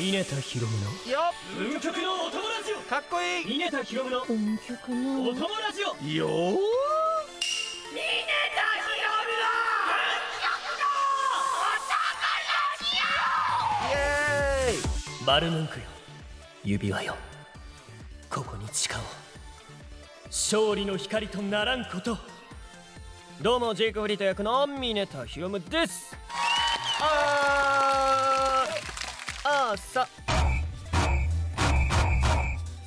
稲田博夢のよ運極のお友達っかっこいいを稲田博夢の運極のお友達をよーイエーイバルムンクよ指輪よここに誓おう勝利の光とならんことどうもジェイク・フリート役の峰田博夢ですあーあーさ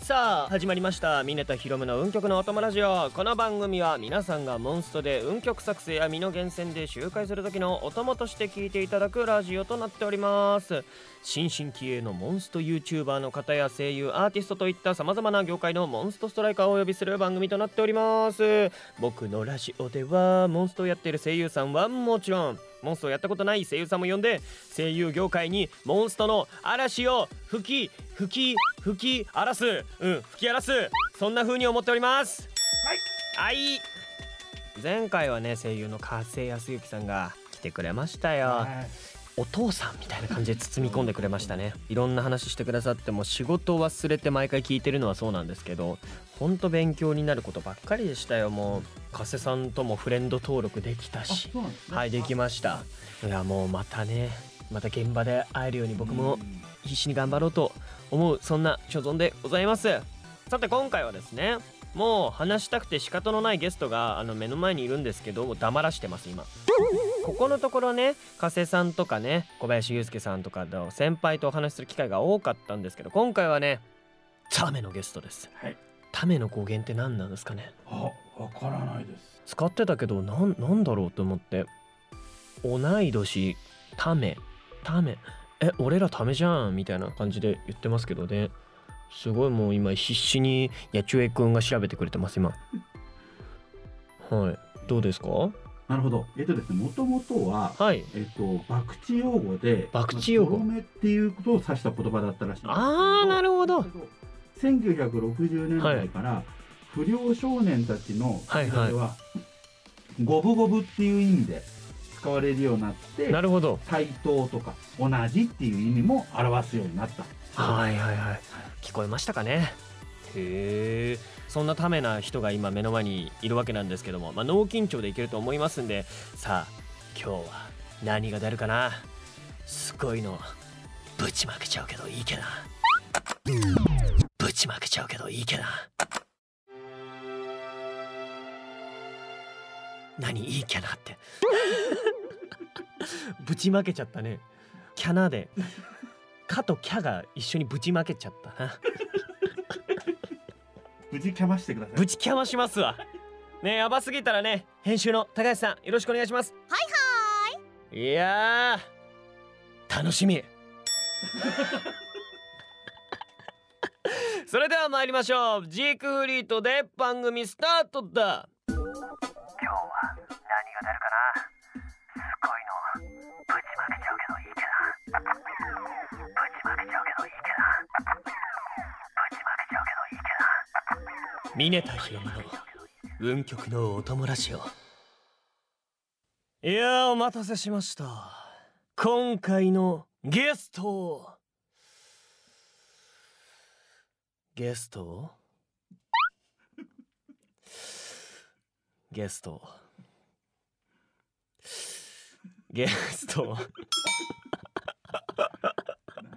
さあ始まりました峰田博夢の運極のお供ラジオこの番組は皆さんがモンストで運極作成や身の厳選で周回する時のお供として聞いていただくラジオとなっております新進気鋭のモンスト YouTuber の方や声優アーティストといったさまざまな業界のモンストストライカーをお呼びする番組となっております僕のラジオではモンストをやっている声優さんはもちろんモンストをやったことない声優さんも呼んで声優業界にモンストの嵐を吹き吹き吹き荒らすうん吹き荒らすそんな風に思っておりますはい、はい、前回はね声優の加瀬康之さんが来てくれましたよ、お父さんみたいな感じで包み込んでくれましたねいろんな話してくださってもう仕事を忘れて毎回聞いてるのはそうなんですけどほんと勉強になることばっかりでしたよもう加瀬さんともフレンド登録できたしそうなんですねはいできましたいやもうまたねまた現場で会えるように僕も必死に頑張ろうと思うそんな所存でございますさて今回はですねもう話したくて仕方のないゲストがあの目の前にいるんですけど黙らしてます今ここのところね加瀬さんとかね小林祐介さんとかの先輩とお話しする機会が多かったんですけど今回はねためのゲストですはいための語源って何なんですかねあわからないです使ってたけどなんなんだろうと思って同い年ためためえ俺らためじゃんみたいな感じで言ってますけどねすごいもう今必死に八千恵くんが調べてくれてます今はいどうですかなるほどえっとですねもともとははいえっと博打用語で博打用語まあ泥目っていうことを指した言葉だったらしいんですけどあーなるほど1960年代から不良少年たちのはい間ではゴブゴブっていう意味で使われるようになってなるほど対等とか同じっていう意味も表すようになったはいはいはい聞こえましたかねへえそんなためな人が今目の前にいるわけなんですけども、まあ、脳緊張でいけると思いますんでさあ今日は何が出るかなすごいのぶちまけちゃうけどいいけなぶちまけちゃうけどいいけな何いいキャナって ぶちまけちゃったねキャナでかとキャが一緒にぶちまけちゃったな無事キャマしてくださ いぶちキャマしますわねえやばすぎたらね編集の高橋さんよろしくお願いしますはいはいいやー楽しみ それでは参りましょうジークフリートで番組スタートだ峰田ひろの運極のお友達をいやーお待たせしました今回のゲストゲストゲストゲスト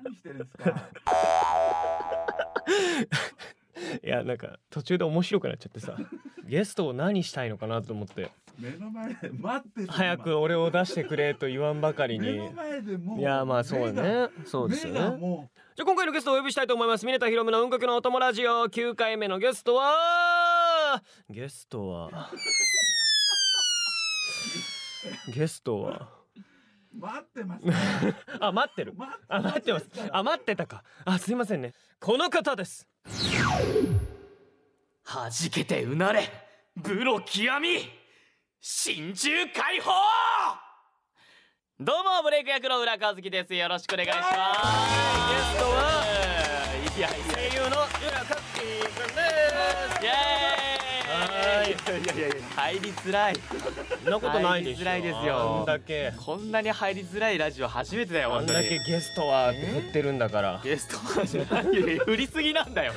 何してるんですかいやなんか途中で面白くなっちゃってさゲストを何したいのかなと思って目の前で待ってて早く俺を出してくれと言わんばかり目にの前でもういやまあそう目がねそうですよ目がねもじゃあ今回のゲストをお呼びしたいと思います峰田ひろむの運極のお友ラジオ9回目のゲストはゲストはゲストはう待ってますからあ待ってる待っ あ待ってますあ待ってたかあすいませんねこの方ですはじけてうなれブロ極み真珠解放どうもブレイク役の浦和樹ですよろしくお願いしますゲゲストはいやいや声優の浦和樹さんですイエーイはいいやいやいや入りづらいそんなことないでしょ入りづらいですよあんだけこんなに入りづらいラジオ初めてだよあん本当だにけゲストは振ってるんだからゲスト マジ何振りすぎなんだよ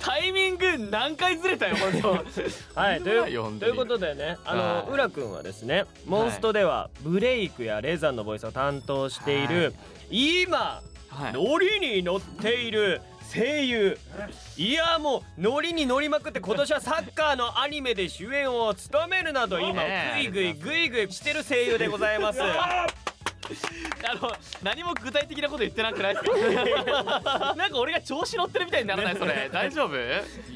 タイミング何回ずれたよ 本当はい、といとんでもなうといよ本当にうことでね、あはのい浦君はですね、モンストではブレイクやレーザーのボイスを担当している、今はいノリに乗っている声優、いやもうノリに乗りまくって今年はサッカーのアニメで主演を務めるなど今ねグえイグイグイグイしてる声優でご ざいます。あの何も具体的なこと言ってなくないですか なんか俺が調子乗ってるみたいにならないそれ大丈夫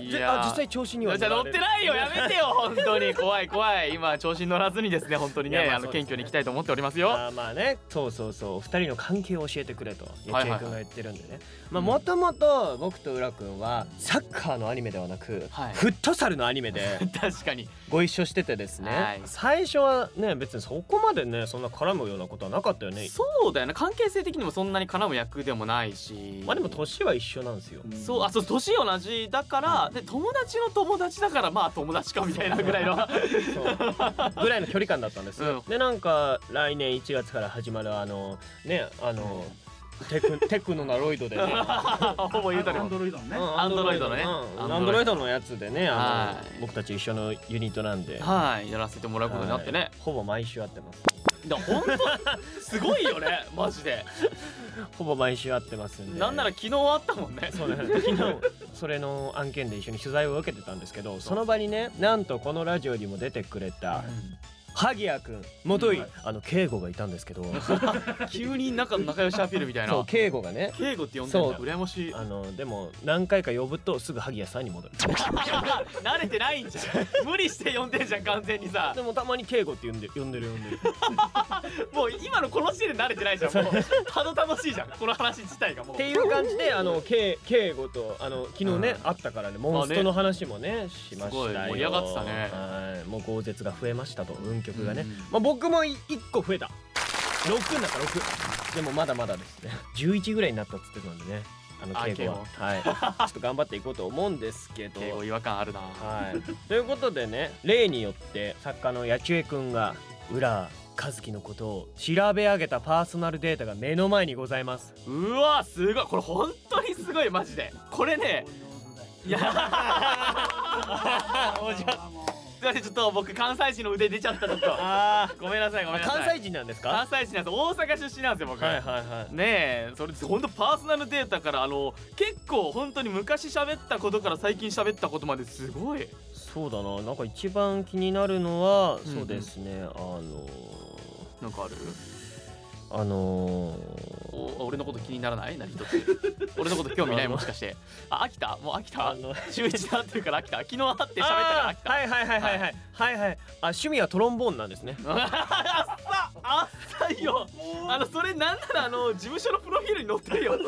いじゃあ実際調子にはじゃあ乗ってないよやめてよ 本当に怖い怖い今調子に乗らずにですね本当にいやねまああのそうですね謙虚に行きたいと思っておりますよあーまあねそうそうそうお二人の関係を教えてくれとゆきはいえはいくんが言ってるんでねまあもともと僕と浦くんはサッカーのアニメではなく、はいフットサルのアニメ で確かにご一緒しててですね、はい最初はね別にそこまでねそんな絡むようなことはなかったよねそうだよね関係性的にもそんなにかなう役でもないしまあでも年は一緒なんですよそうあそう年同じだからで友達の友達だからまあ友達かみたいなぐらいの そうぐらいの距離感だったんです、うんでなんか来年1月から始まるあのねあの、テクテクノナロイドでねほぼ言うたりアもンドロイドのね、アンドロイドのね Android のねアンドロイドのやつでねあはのい僕たち一緒のユニットなんではいやらせてもらうことになってはねいほぼ毎週会ってますだから本当すごいよねマジでほぼ毎週会ってますんでなんなら昨日あったもんね そう ね昨日それの案件で一緒に取材を受けてたんですけどその場にねなんとこのラジオにも出てくれた萩谷君元井はいあの敬吾がいたんですけど急に仲仲良しアピールみたいそうな敬吾がね敬語って呼んでんだそう羨ましいあのでも何回か呼ぶとすぐ萩谷さんに戻る慣れてないんじゃん無理して呼んでんじゃん完全に さでもたまに敬吾って呼んで呼んでる呼んでるもう今のこの時点で慣れてないじゃんもうたど楽しいじゃんこの話自体がもっうていう感じであの敬敬語とあの昨日ねうんあったからねモンストの話もねしましたよすごい盛り上がってたねはいもう豪絶が増えましたと運曲がねうんまあ僕も1個増えた6になった6でもまだまだですね11ぐらいになったっつってたんでねああの敬語ははい ちょっと頑張っていこうと思うんですけど敬語違和感あるなはいということでね例によって作家の八千恵くんが浦和樹のことを調べ上げたパーソナルデータが目の前にございますうわすごいこれ本当にすごいマジでこれねいやおじゃすいませんちょっと僕関西人の腕出ちゃったちょっ とあごめんなさいごめんなさい関西人なんですか関西人なんです大阪出身なんですよ僕、はいはいはいねえそれ本当パーソナルデータからあの結構本当に昔喋ったことから最近喋ったことまですごいそうだななんか一番気になるのは、んうんそうですねあのなんかあるー、あのー、お俺のこと気にならない何一つ俺のこと興味ないもしかしてあ飽きたもう飽きたの週一になってるから飽きた昨日会って喋ったからあ飽きーたはいはいはいはいはいはいはいあ趣味はトロンボーンなんですねあっさあっさいよあのそれなんならあの事務所のプロフィールに載ってるよ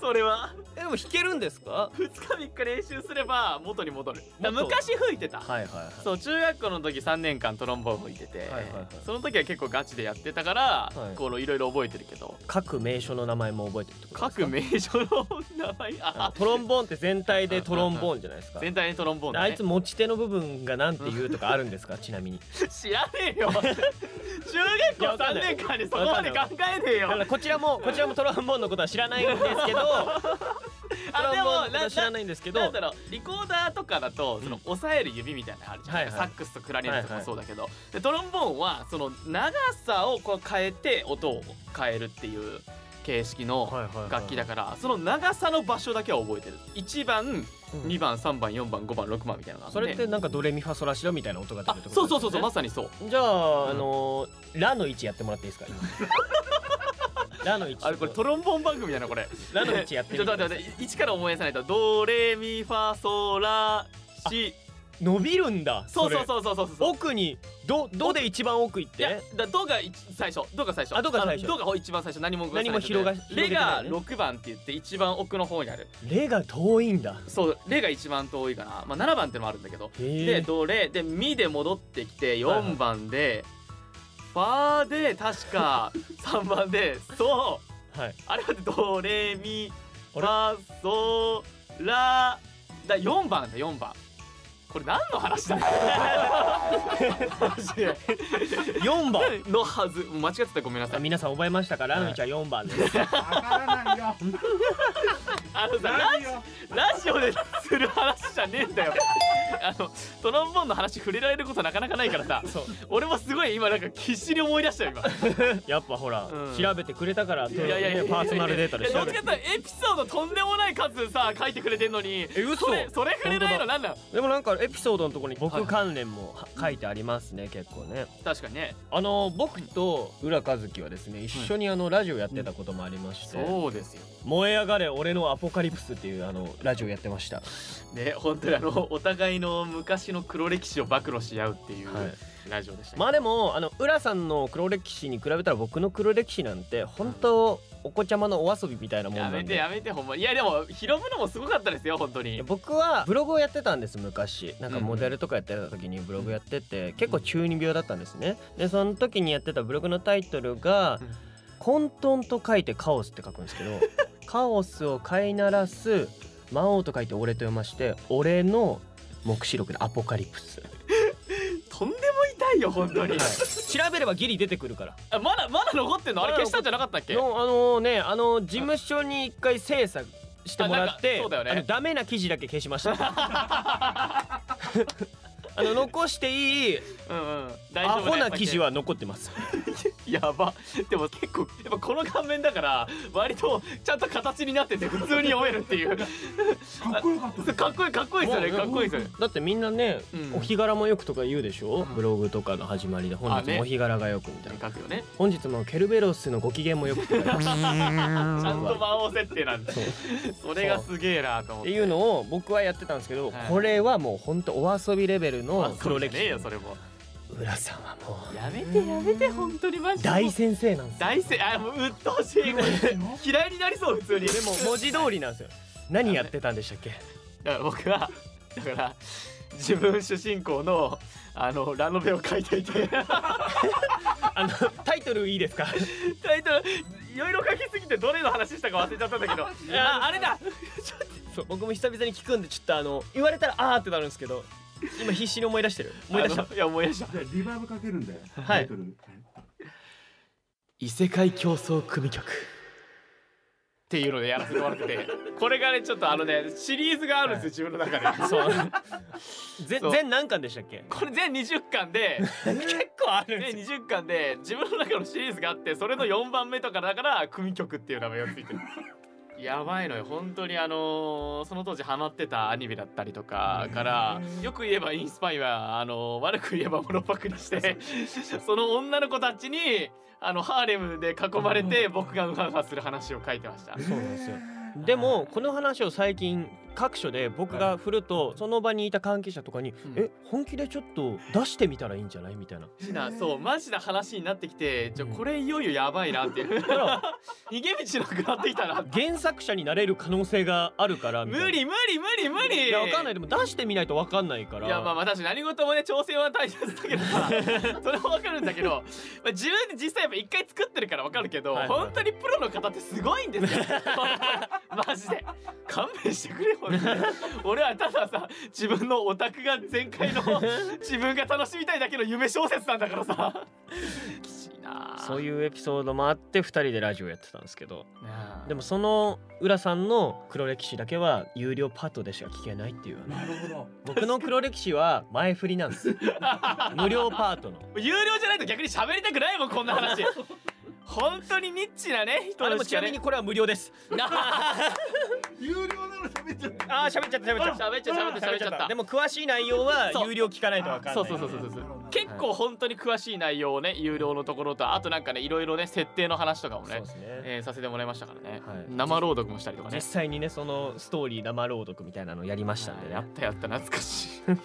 それはえでも弾けるんですか2日3日練習すれば元に戻るだから元昔吹いてたはいはいはいそう中学校の時3年間トロンボーン吹いてて、はいはいはいその時は結構ガチでやってたから、はいい、このいろいろ覚えてるけど各名所の名前も覚えてるってことですか各名所の名前ああトロンボーンって全体でトロンボーンじゃないですか全体にトロンボーンだ、ね、あいつ持ち手の部分がなんていうとかあるんですかちなみに知らねえよ中いやわ学校かん3ない年間にそこまで考えねえだかよらこちらもこちらもトロンボーンのことは知らないん ですけどトあロでンボーンのこもとなは知らなないんですけどなんだろうリコーダーとかだとその押さえる指みたいなのあるじゃん、はいはいサックスとクラリネットもそうだけど、でトロンボーンはその長さをこう変えて音を変えるっていう形式の楽器だかからその長さの場所だけは覚えてる1番ら2番3番4番5番6番みたいなのがあそれってなんかドレミファソラシドみたいな音が出るあってことそうそうそうそうまうさにそうじゃあ、うんあのーラの位置やってもらっていいですか 今ラの位置あれこれトロンボーン番組だなこれラの位置やってみちょてっとく待ださってい待って一から思い出さないとドレミファソラシ伸びるんだそうそううそうそうそうそう奥にドドで一番奥行っいやてだドが一最初ドが最初あドが最初あのドが一番最初何も動かさない何も広が状態広げレてないがね6番って言って一番奥の方にあるレが遠いんだそうレが一番遠いかなまあ7番ってのもあるんだけどへでえドレでミで戻ってきてはいはい4番で、ファーで確 か3番でそうはいあれはドレミあフれァソラだ4番だ4番ここれ何の話 だ4番のはず間違ってたらごめんなさい皆さん覚えましたかランウィちゃん4番ですわからないよ。あのさなラいジよ。ラジオでする話じゃねえんだよ あのトロンボーンの話触れられることなかなかないからさそう俺もすごい今なんか必死に思い出したよ今やっぱほら、うん調べてくれたからいやいやいやパーソナルデータでいや調どべっちかてっていうとエピソードとんでもない数さ書いてくれてんのにえ嘘それそれ触れないのなんなのでもなんかエピソードのところには僕い関連もは書いてありますね結構ね確かにねあの僕と浦和樹はですね一緒にあのラジオやってたこともありましてそうですよ「燃え上がれ俺のアポカリプス」っていうあのラジオやってましたね本当にあのお互いの昔の黒歴史を暴露し合うっていうはいラジオでしたね、まあでもあの浦さんの黒歴史に比べたら僕の黒歴史なんて本当お子ちゃまのお遊びみたいなもんなやんでめてやめてほんまにいやでも拾うのもすごかったですよ本当に僕はブログをやってたんです昔なんかモデルとかやってた時にブログやってて、結構中二病だったんですねでその時にやってたブログのタイトルがうん「混沌と書いてカオス」って書くんですけ どカオスを飼いならす魔王と書いて俺と読まして俺の目視録でアポカリプスとんでも痛いよ本当に調べればギリ出てくるからあまだまだ残ってんのあれ消したんじゃなかったっけのあのねあの事務所に一回精査してもらってあなんかそうだよねあのダメな記事だけ消しました あの残していいうんうん大ア丈夫だよホな記事は残ってます。やばでも結構やっぱこの顔面だから割とちゃんと形になってて普通に読めるっていうかっこよかったです。 かっこいいかっこいいですよねかっこいいですよねだってみんなね、うんお日柄もよくとか言うでしょ、うんブログとかの始まりで本あ日ねもお日柄がよくみたいな、書くよね本日もケルベロスのご機嫌もよくとかちゃんと魔王設定なんだそう それがすげえなと思っってていうのを僕はやってたんですけど、はいこれはもうほんとお遊びレベルあのそう黒じゃ歴ねえ史よそれも浦さんはもうやめてやめて本当にマジで大先生なんですよ大せあもう鬱陶しいこれ嫌いになりそう普通にでも文字通りなんですよ何やってたんでしたっけだから僕はだから自分主人公のあのラノベを書いていてあの タイトルいいですかタイトルいろいろ書きすぎてどれの話したか忘れちゃったんだけどああれだそう僕も久々に聞くんでちょっとあの言われたらあーってなるんですけど今必死に思い出 してる思い出したたいや思い出したじゃあリバーブかけるんで。はいタイトル異世界競争組曲っていうのでやらせてもらっててこれがねちょっとあのねシリーズがあるんですよ自分の中でそう。全そう全何巻でしたっけ？これ全20 巻で結構あるんで全すよ。 20巻で自分の中のシリーズがあってそれの4番目とかだから組曲っていう名前がついてる。やばいのよ本当にあのーその当時ハマってたアニメだったりとかからよく言えばインスパイはあのー悪く言えばモノパクにして その女の子たちにあのハーレムで囲まれて僕がウハウハする話を書いてました。そうなんですよ。 でもこの話を最近各所で僕が振るとその場にいた関係者とかにん「え本気でちょっと出してみたらいいんじゃない?」みたいな。マジなそうマジな話になってきてちょこれいよいよやばいなっていう 逃だからげ道なくなってきたなって原作者になれる可能性があるからみたいな無理無理無理無理いやわかんないでも出してみないとわかんないから。いやまあまあ私何事もね挑戦は大切だけど さそれも分かるんだけど、まあ、自分で実際やっぱ一回作ってるから分かるけど、はいはい本当にプロの方ってすごいんですよ マジで勘弁してくれよ本当に俺はたださ自分のオタクが全開の自分が楽しみたいだけの夢小説なんだからさきしいなそうういうエピソードもあって2人でラジオやってたんですけどででももその浦さんの黒歴史だけは有料パートでしか聞けないっていうなるほど。僕の黒歴史は前振りなんです 無料パートの有料じゃないと逆に喋りたくないもんこんな話本当にニッチなね人あででもしちなかみにねこれは無料です有料なの喋っちゃった。あー喋っちゃった喋っちゃった喋っちゃった喋っちゃった喋っちゃったでも詳しい内容はそう有料聞かないとわかんないそうそうそうそうそう結構本当に詳しい内容をね有料のところとあとなんかねいろいろね設定の話とかもそうねですねえーさせてもらいましたからね、はい生朗読もしたりとかね実際にねそのストーリー生朗読みたいなのやりましたんでやねったやった懐かしい吉っ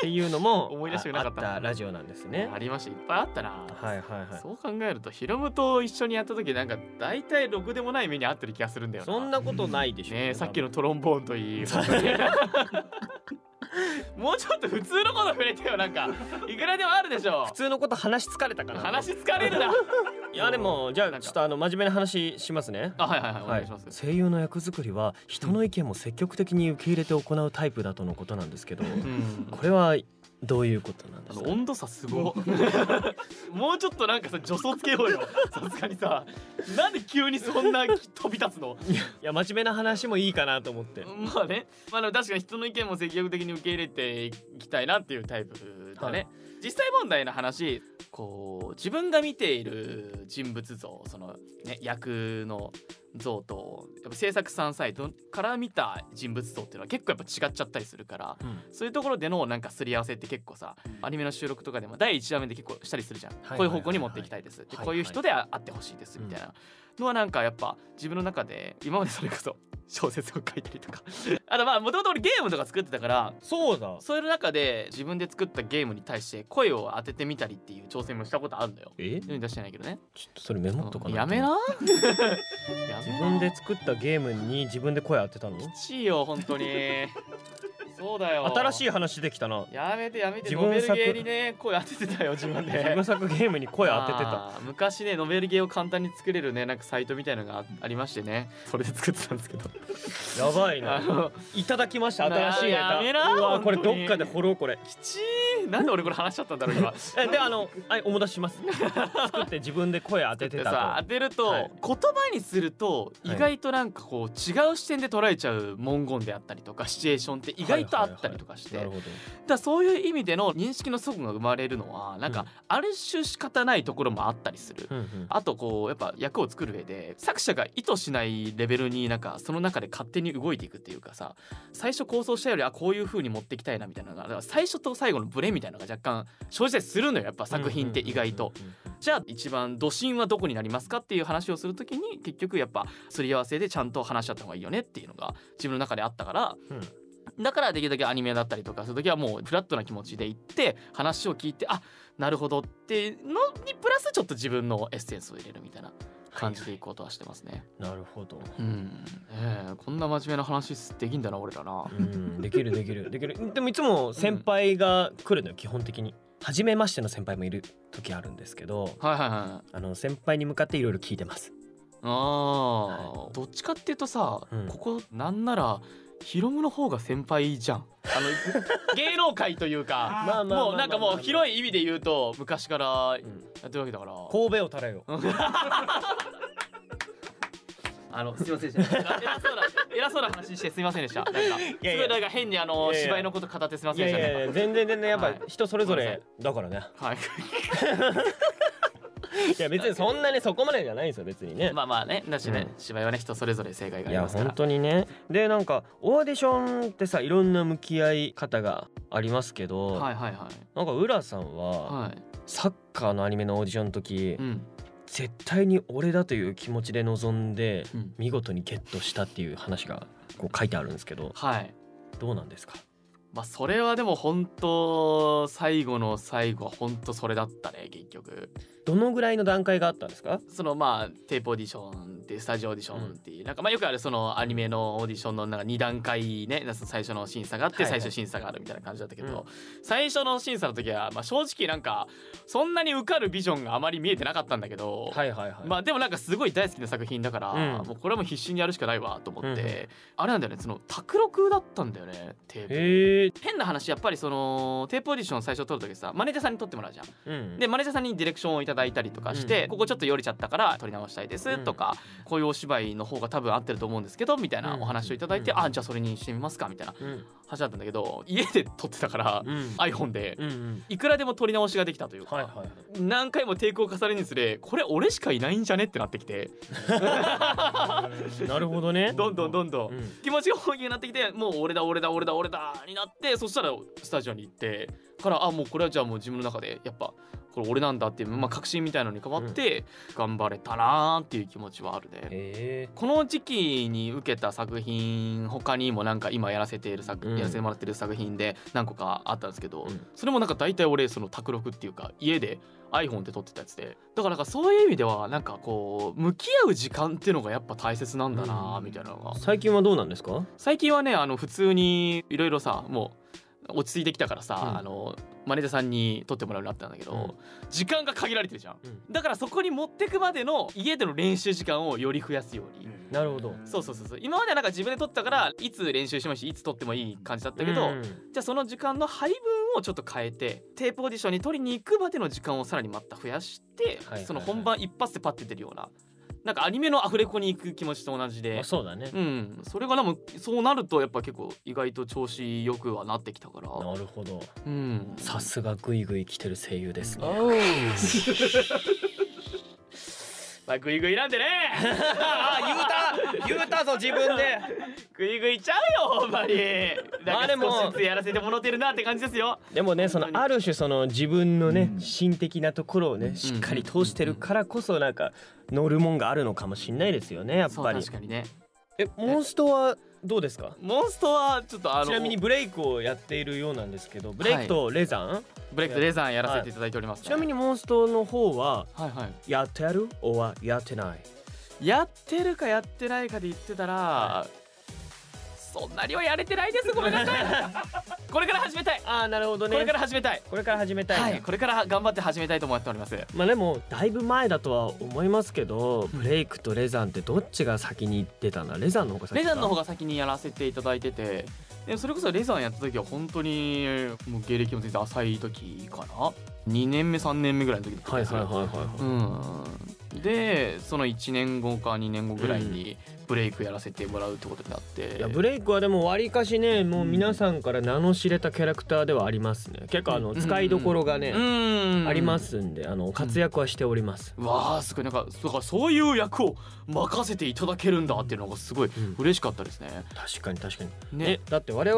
ていうのも 思い出したくなかったああったラジオなんですねありましたいっぱいあったな、はいはいはいそう考えるとヒロムと一緒にやった時なんか大体ろくでもない目に遭ってる気がするんだよなそんなことないでしょねえさっきののトロンボーンといい本当に もうちょっと普通のこと触れてよなんかいくらでもあるでしょ普通のこと話し疲れたから話疲れるないやでもじゃなあんかちょっとあの真面目な話しますねあはいはいはいお願いします、声優の役作りは人の意見も積極的に受け入れて行うタイプだとのことなんですけどうんこれはどういうことなんであすのか温度差すごっ もうちょっとなんかさ助走つけよう よさすがにさなんで急にそんな飛び立つのいや真面目な話もいいかなと思って まあねまあでも確かに人の意見も積極的に受け入れていきたいなっていうタイプだね、はい実際問題の話こう自分が見ている人物像その、ね、役の像とやっぱ制作さんサイトから見た人物像っていうのは結構やっぱ違っちゃったりするからそういうところでのなんかすり合わせって結構さアニメの収録とかでも第1話目で結構したりするじゃん、いこういう方向に持っていきたいです、ではいこういう人であってほしいですみたいなのはなんかやっぱ自分の中で今までそれこそ小説を書いたりとか あとまあもともと俺ゲームとか作ってたからそうだそういう中で自分で作ったゲームに対して声を当ててみたりっていう挑戦もしたことあるのよ。え世に出してないけどね。ちょっとそれメモっとかないやめな。 やめ自な分で作ったゲームに自分で声当てたのちいよ本当に。そうだよ。新しい話できたなやめてやめて自ノベ分ルゲ作ーにね声当ててたよ自分で自分作ゲームに声当ててたあー昔ねノベルゲーを簡単に作れるねなんかサイトみたいのがあありましてねそれで作ってたんですけどやばいなあのいただきました新しいネなやめなタうわこれ本当どにっかで掘ろうこれきちーなんで俺これ話しちゃったんだろう今えであのはいお戻しします作って自分で声 当ててでたさと当てると、はい言葉にすると意外となんかこう違う視点で捉えちゃう文言であったりとかシチュエーションって意外とあったりとかして、なるほどだからそういう意味での認識の齟齬が生まれるのはなんか、うんある種仕方ないところもあったりする、うんうんあとこうやっぱ役を作る上で作者が意図しないレベルになんかその中で勝手に動いていくっていうかさ最初構想したよりあこういう風に持っていきたいなみたいなのがだから最初と最後のブレみたいなのが若干生じたりするのよやっぱ作品って意外と。うんうんうんじゃあ一番土心はどこになりますかっていう話をするときに結局やっぱすり合わせでちゃんと話し合った方がいいよねっていうのが自分の中であったからうんうんだからできるだけアニメだったりとかする時はもうフラットな気持ちで行って話を聞いてあなるほどってのにプラスちょっと自分のエッセンスを入れるみたいな感じでいこうとはしてますね。なるほどうん、ええこんな真面目な話できんだな俺らな。うんできるできるできるでもいつも先輩が来るのよ基本的に初めましての先輩もいる時あるんですけどはいはいはい。あの先輩に向かっていろいろ聞いてますああ、どっちかっていうとさ、うんここなんならヒロムの方が先輩じゃん。あの 芸能界というか。まあまもうなんかもうい、広い意味で言うと昔からやうんってるわけだから。神戸を垂れよ あのすいませんでした。偉そうな偉そうな話してすいませんでした。なんかやすごいなんか変にあのいやいや芝居のこと語ってすいまいせんやいでした。やいや全然全然やっはぱい人それぞごめんれなだからねはい。いや別にそんなにそこまでじゃないんですよ別にねまあまあね、だしね、う芝居はね人それぞれ正解があいりやますから。本当にねでなんかオーディションってさいろんな向き合い方がありますけど、はいはいはいなんか浦さんは、はい。サッカーのアニメのオーディションの時、うん絶対に俺だという気持ちで臨んで、うん見事にゲットしたっていう話がこう書いてあるんですけどはい。どうなんですかまあそれはでも本当最後の最後は本当それだったね結局どのぐらいの段階があったんですかそのまあテープオーディションってスタジオオーディションっていう、なんかまあよくあるそのアニメのオーディションのなんか2段階ねその最初の審査があってはいはい最初審査があるみたいな感じだったけど、うん最初の審査の時はまあ正直なんかそんなに受かるビジョンがあまり見えてなかったんだけど、はいはいはい、まあでもなんかすごい大好きな作品だから、うんもうこれはもう必死にやるしかないわと思って、うんうんあれなんだよねその卓録だったんだよねテープへえ、変な話やっぱりそのテープオーディション最初撮る時さマネージャーさんに撮ってもらうじゃんうんでマネージャーさんにディレクションをいただいたりとかして、うんここちょっとよれちゃったから撮り直したいでうすんとか、こういうお芝居の方が多分合ってると思うんですけどみたいなお話をいただいて、うんあじゃあそれにしてみますかみたいなうん話だったんだけど家で撮ってたから、うん、 iPhone でうんうんいくらでも撮り直しができたというか、はいはいはい何回もテイクを重ねるにつれこれ俺しかいないんじゃねってなってきてなるほどねどんどんどんどうん、ん気持ちが本気になってきてもう俺だ俺だ俺だ俺だになってそしたらスタジオに行ってからあもうこれはじゃあもう自分の中でやっぱこれ俺なんだっていう、まあ、確信みたいのに変わって頑張れたなーっていう気持ちはあるね。えこの時期に受けた作品他にもなんか今やらせている作、うんやらせてもらってる作品で何個かあったんですけど、うんそれもなんか大体俺その卓録っていうか家で iPhone で撮ってたやつでだからなんかそういう意味ではなんかこう向き合う時間っていうのがやっぱ大切なんだなうんみたいなのが、最近はどうなんですか最近はねあの普通にいろいろさもう落ち着いてきたからさ、うんあのマネージャーさんに撮ってもらうようになったんだけど、うん時間が限られてるじゃんうんだからそこに持ってくまでの家での練習時間をより増やすように。なるほどそうそうそうそう今まではなんか自分で撮ったからいつ練習してもいいしいつ撮ってもいい感じだったけうど、んじゃあその時間の配分をちょっと変えてテープオーディションに取りに行くまでの時間をさらにまた増やして、はいはいその本番一発でパッて出るようななんかアニメのアフレコに行く気持ちと同じまであ、。そうだねうん、それがでもそうなるとやっぱ結構意外と調子よくはなってきたから、なるほどうん、さすがグイグイ来てる声優ですね おうまあグイグイなんでねあ言うた言うたぞ自分でグイグイちゃうよほんまにまあでなんもか少しずつやらせてもらってるなって感じですよでもねその本当にある種その自分のねうん心的なところをねしっかり通してるからこそなんか乗るもんがあるのかもしんないですよねやっそうぱり確かにねえモンストはどうですかモンストはちょっとあのちなみにブレイクをやっているようなんですけどブレイクとレザン、ブレイクとレザーンやらせていただいております、ねちなみにモンストの方ははいはやってやるおはやってないいやってるかやってないかで言ってたら、そんなにはやれてないですごめんなさいこれから始めたいああなるほどこねれから始めたいこれから始めたいな、はいこれから頑張って始めたいと思っておりますまあでもだいぶ前だとは思いますけどブレイクとレザンってどっちが先に行ってたんだレザンの方が先レザーンの方がが先にやらせていただいててでもそれこそレザーンやった時は本当にもう芸歴も全然浅い時かな2年目3年目ぐらいの時だったんはいですはいよはいはいはい、うん、でその1年後か2年後ぐらいにブレイクやらせてもらうってことになって、いやブレイクはでもわりかしねもう皆さんから名の知れたキャラクターではありますね結構あのうん使いどころがね、うんありますんであの活躍はしております、うわあすごいなんかそうかそういう役を任せていただけるんだっていうのがすごいうん嬉しかったですね。確かに確かにねね、だって我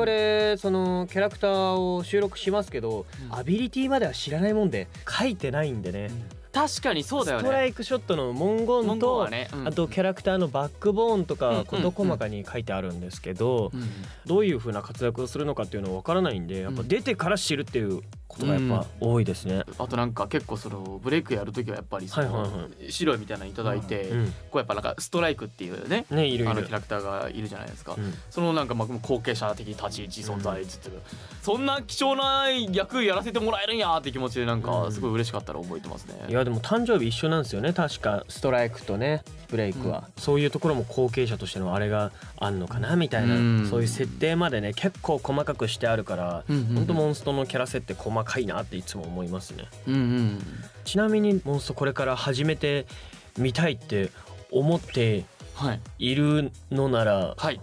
々そのキャラクターを収録しますけど、うんアビリティまでは知らないもんで書いてないんでね、確かにそうだよストラね。イクショットの文言文と言はね、うんあとキャラクターのバックボーンとうんうかん事細かに書いてあるんですけどうんどういう風な活躍をするのかっていうのは分からないんでやっぱ出てから知るっていうことがやっぱ多いですね。あとなんか結構そのブレイクやる時はやっぱりその、はいはいは白いみたいなのいただいて、うんこうやっぱなんかストライクっていうねねいるいあのるキャ。ラクターがいるじゃないですか。うんそのなんかまあ後継者的立ち位置存在っつってる、そんな貴重な役やらせてもらえるんやって気持ちでなんうかんすごい嬉しかったら覚えてますね。いやでも誕生日一緒なんですよね確かストライクとねブレイクは、そういうところも後継者としてのあれがあんのかなみたいな、うんそういう設定までね結構細かくしてあるから、うんほんとモンストのキャラ設定細かいなっていつも思いますねうんうんちなみにモンストこれから始めてみたいって思ってはいいるのならはい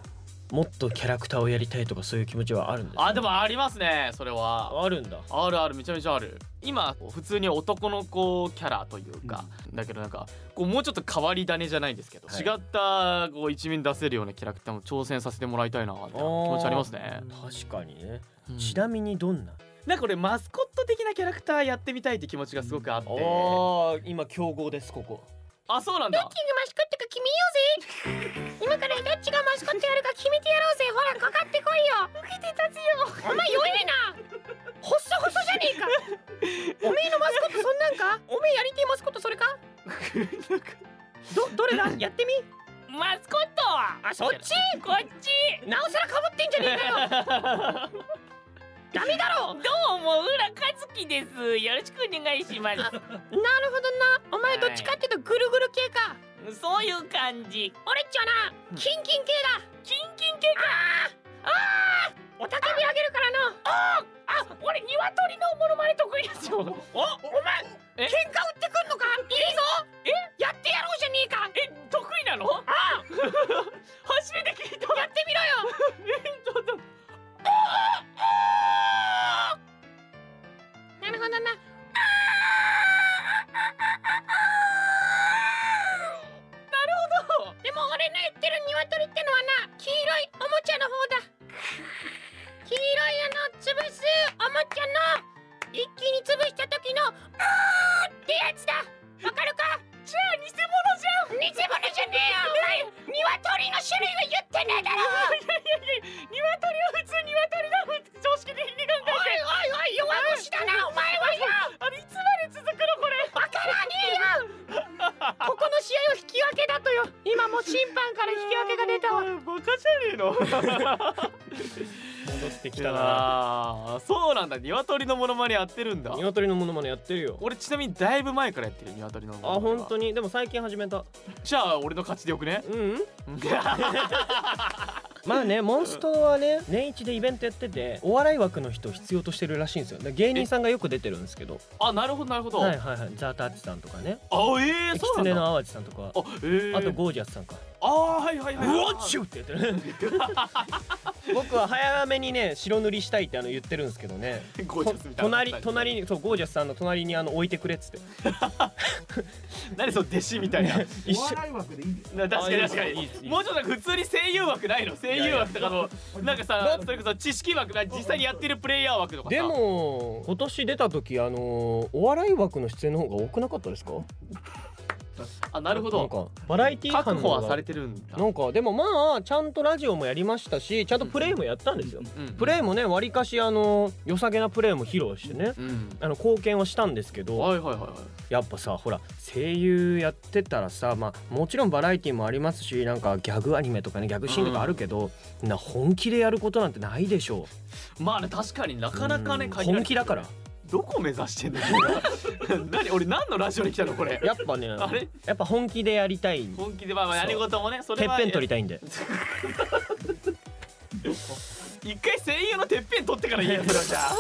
もっとキャラクターをやりたいとかそういう気持ちはあるんですかあでもありますねそれはあるんだあるあるめちゃめちゃある今普通に男の子キャラというか、だけどなんかこうもうちょっと変わり種じゃないですけど、はい違ったこう一面出せるようなキャラクターも挑戦させてもらいたいなって気持ちありますね、確かにね、うんちなみにどんななんか俺マスコット的なキャラクターやってみたいって気持ちがすごくあってあ今競合ですここあそうなんだキングマスコットが決めようぜ今からどっちがマスコットやるか決めてやろうぜほらかかってこい よ受けて立つよお前弱いな ほっそほっそじゃねえかおめえのマスコットそんなん かおめえやりてえマスコットそれか どどれだやってみマスコットあそっちこっちなおさらかぶってんじゃねえかよダメだろどうも浦和樹です。よろしくお願いします。なるほどなお前どっちかっていうとぐるぐる系かそういう感じ。俺っちはなキンキン系だキンキン系か。おたけびあげるからなあ、俺鶏のモノマネ得意ですよ。おおえ前喧嘩売ってくんのかいいぞえやってやろうじゃねえかえ、得意なの？あ、 初めて聞いた。やってみろよえ、ちょっとなるほどななるほどでも俺の言ってる鶏ってのはな黄色いおもちゃの方だ黄色いあの潰すおもちゃの一気に潰した時の「うー」ってやつだわかるかじゃあ偽物じゃん偽物じゃねえよお前鶏の種類は言ってねえだろ鶏は普通鶏だ常識的に考おいおいおい弱腰だなお前はよえあれいつまで続くのこれわからねえよここの試合を引き分けだとよ今もう審判から引き分けが出たわバカじゃねえの戻ってきいたやなーそうなんだ鶏のモノマネやってるんだ鶏のものまねやってるよ俺ちなみにだいぶ前からやってる鶏のモノマあネは本当にでも最近始めたじゃあ俺の勝ちでよくね うんうんまあねモンストはね年一でイベントやっててお笑い枠の人必要としてるらしいんですよだから芸人さんがよく出てるんですけどあなるほどなるほど、はいはいはいザ・タッチさんとかねあえー、キそうツなネんだあの淡路さんとかえー、あとゴージャスさんかあーはいはいはいはいュって言ってる僕は早めにね白塗りしたいってあの言ってるんですけどねゴージャスみたいな隣隣にそうゴージャスさんの隣にあの置いてくれっつ って何その弟子みたいな一お緒笑い枠でいいんですよな確かに確かいいにですいいですもうちょっと普通に声優枠ないの声優枠とかのなんかさそれこそ知識枠ない実際にやってるプレイヤー枠とかさでも今年出た時あのーお笑い枠の出演の方が多くなかったですかあなるほなんどかバラエティー確感保はされてるんだなんかでもまあちゃんとラジオもやりましたしちゃんとプレイもやったんですよ、うんプレイもねわりかしあのー良さげなプレイも披露してねうんあの貢献はしたんですけどはいはいはいはいやっぱさほら声優やってたらさまあもちろんバラエティもありますしなんかギャグアニメとかねギャグシーンとかあるけど、な本気でやることなんてないでし ょまあね確かになうかなかねうん限られてる本気だからどこ目指してんだよ 何俺何のラジオに来たのこれやっぱねあれやっぱ本気でやりたいて本気でまあまあそう何事もねそれっはぺん取りたいんで一回声優のてっぺん取っ てから言えてよじゃあ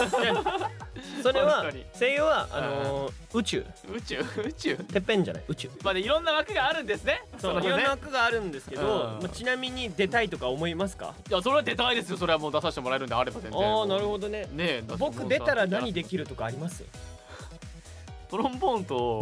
それは確かに声優はあのー宇宙宇宙宇宙てっぺんじゃない宇宙まあねいろんな枠があるんですねそのいろんねな枠があるんですけど、うんまあ、ちなみに出たいとか思いますかいやそれは出たいですよそれはもう出させてもらえるんであれば全然ああなるほどねねえだってもうさ僕出たら何できるとかありますトロンボー ンと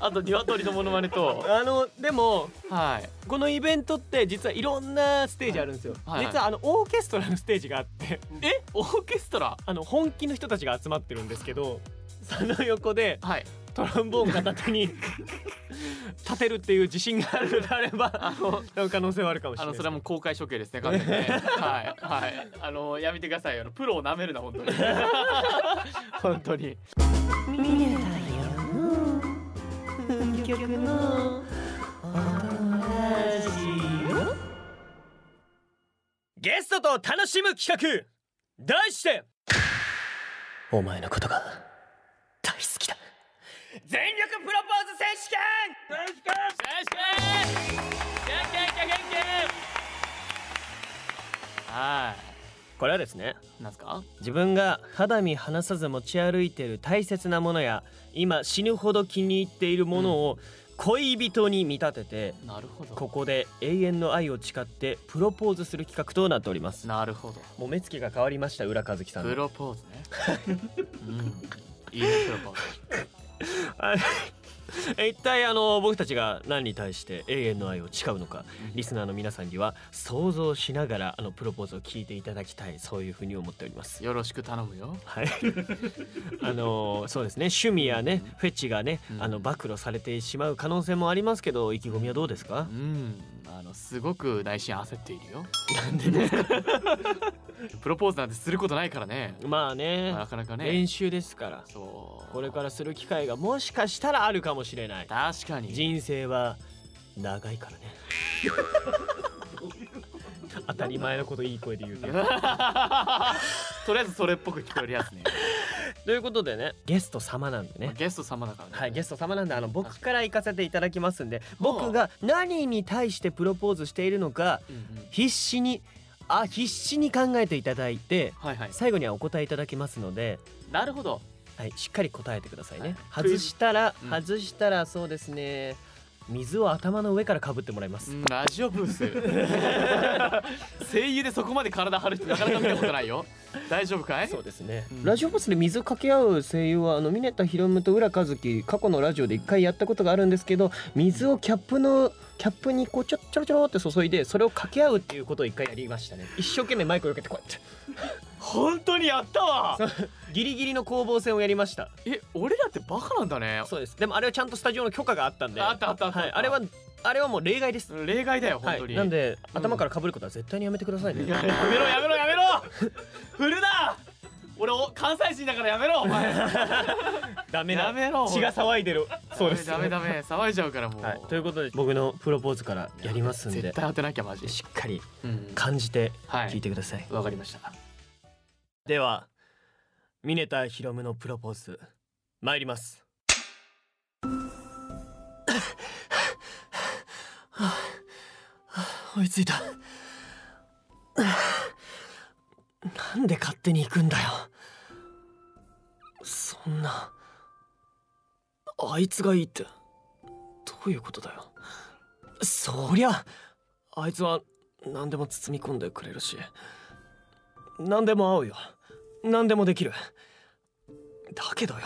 あと鶏のモノマネとあのでもはいこのイベントって実はいろんなステージあるんですよ、はいはい実はあのオーケストラのステージがあって えオーケストラあの本気の人たちが集まってるんですけどその横ではいトランボーン片手に立てるっていう自信があるのであれば あの可能性はあるかもしあれなのいそれはもう公開処刑ですね完全にねはいはいあのやめてくださいよあのプロをなめるな本当に本当にゲストと楽しむ企画題してお前のことが大好きだ全力プロポーズ選手権よしよしキャンキャンキャンキャンキャンはこれはですねいなんすか自分が肌身離さず持ち歩いている大切なものや今死ぬほど気に入っているものを恋人に見立ててなるほどここで永遠の愛を誓ってプロポーズする企画となっておりますなるほどもう目つきが変わりました浦和樹さん プのロポーズね。うん、いいね、プロポーズ。あ一体あの僕たちが何に対して永遠の愛を誓うのかリスナーの皆さんには想像しながらあのプロポーズを聞いていただきたいそういうふうに思っておりますよろしく頼むよ。はい、 あのそうですね趣味やね、フェチがね、うんあの暴露されてしまう可能性もありますけど意気込みはどうですかう、ん、あの、すごく内心焦っているよ。プロポーズなんてすることないからね。まあねなかなかね。練習ですからそう。これからする機会がもしかしたらあるかもしれない確かに。人生は長いからね 当たり前のこといい声で言うなとりあえずそれっぽく聞こえるやつね。ということでねゲスト様なんでまあねゲスト様だからね。はいゲススト様なんであの僕から行かせていただきますんで僕が何に対してプロポーズしているのかト。うんうん、必死にあ必死に考えていただいてはいはい。最後にはお答えいただきますので、なるほど。はい、しっかり答えてくださいね、はい外したら、うん外したらそうですね水を頭の上からかぶってもらいまうす、んラジオブース。 声優でそこまで体張る人なかなか見たことな いよ。大丈夫かいそうですね、うんラジオボスで水かけ合う声優はあの峰田博夢と浦和樹過去のラジオで一回やったことがあるんですけど水をキャップのキャップにこうちょちょろちょろって注いでそれをかけ合うっていうことを一回やりましたね一生懸命マイクを避けてこうやって本当にやったわギリギリの攻防戦をやりましたえ俺らってバカなんだねそうですでもあれはちゃんとスタジオの許可があったんであったあったあったはい、あれはあれはもう例外です例外だよ本当はい、に、なんで、うん頭から被ることは絶対にやめてくださいねいややめろやめろやめろ振るな俺お関西人だからやめろお前ダメやめ ろ血が騒いでる そうですダメダメダメ騒いじゃうからもう、はい、ということで僕のプロポーズからやりますんで絶対当てなきゃマジ、しっかりうん感じては聞いいてください、わかりましたでは峰田ヒロムのプロポーズ参ります追いついたなんで勝手に行くんだよそんなあいつがいいってどういうことだよそりゃあいつは何でも包み込んでくれるし何でも合うよ何でもできるだけどよ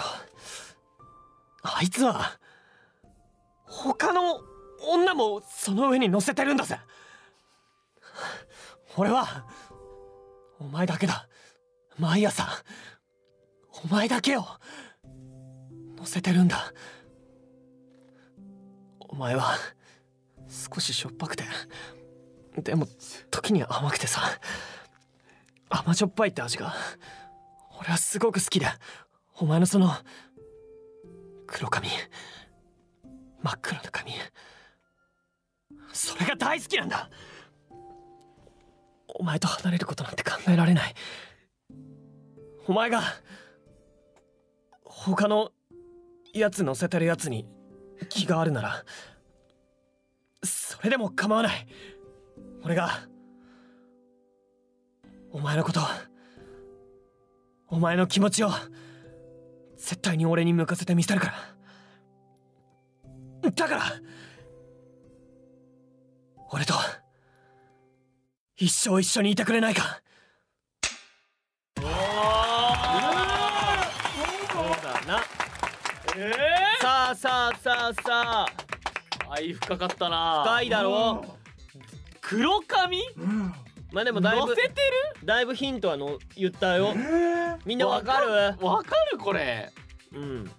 あいつは他の女もその上に乗せてるんだぜ俺はお前だけだ毎朝お前だけを乗せてるんだお前は少ししょっぱくてでも時には甘くてさ甘じょっぱいって味が俺はすごく好きでお前のその黒髪真っ黒な髪それが大好きなんだお前と離れることなんて考えられないお前が他のやつ乗せてるやつに気があるならそれでも構わない俺がお前のことお前の気持ちを絶対に俺に向かせてみせるからだから俺と一生一緒にいてくれないかおおそうだなええさあさあさあさあー、愛深かったな深いだろ黒髪う。うん。うまあでもだい乗ぶせてだいぶヒントはの言ったよえー、みんなわかるるわかるこれうん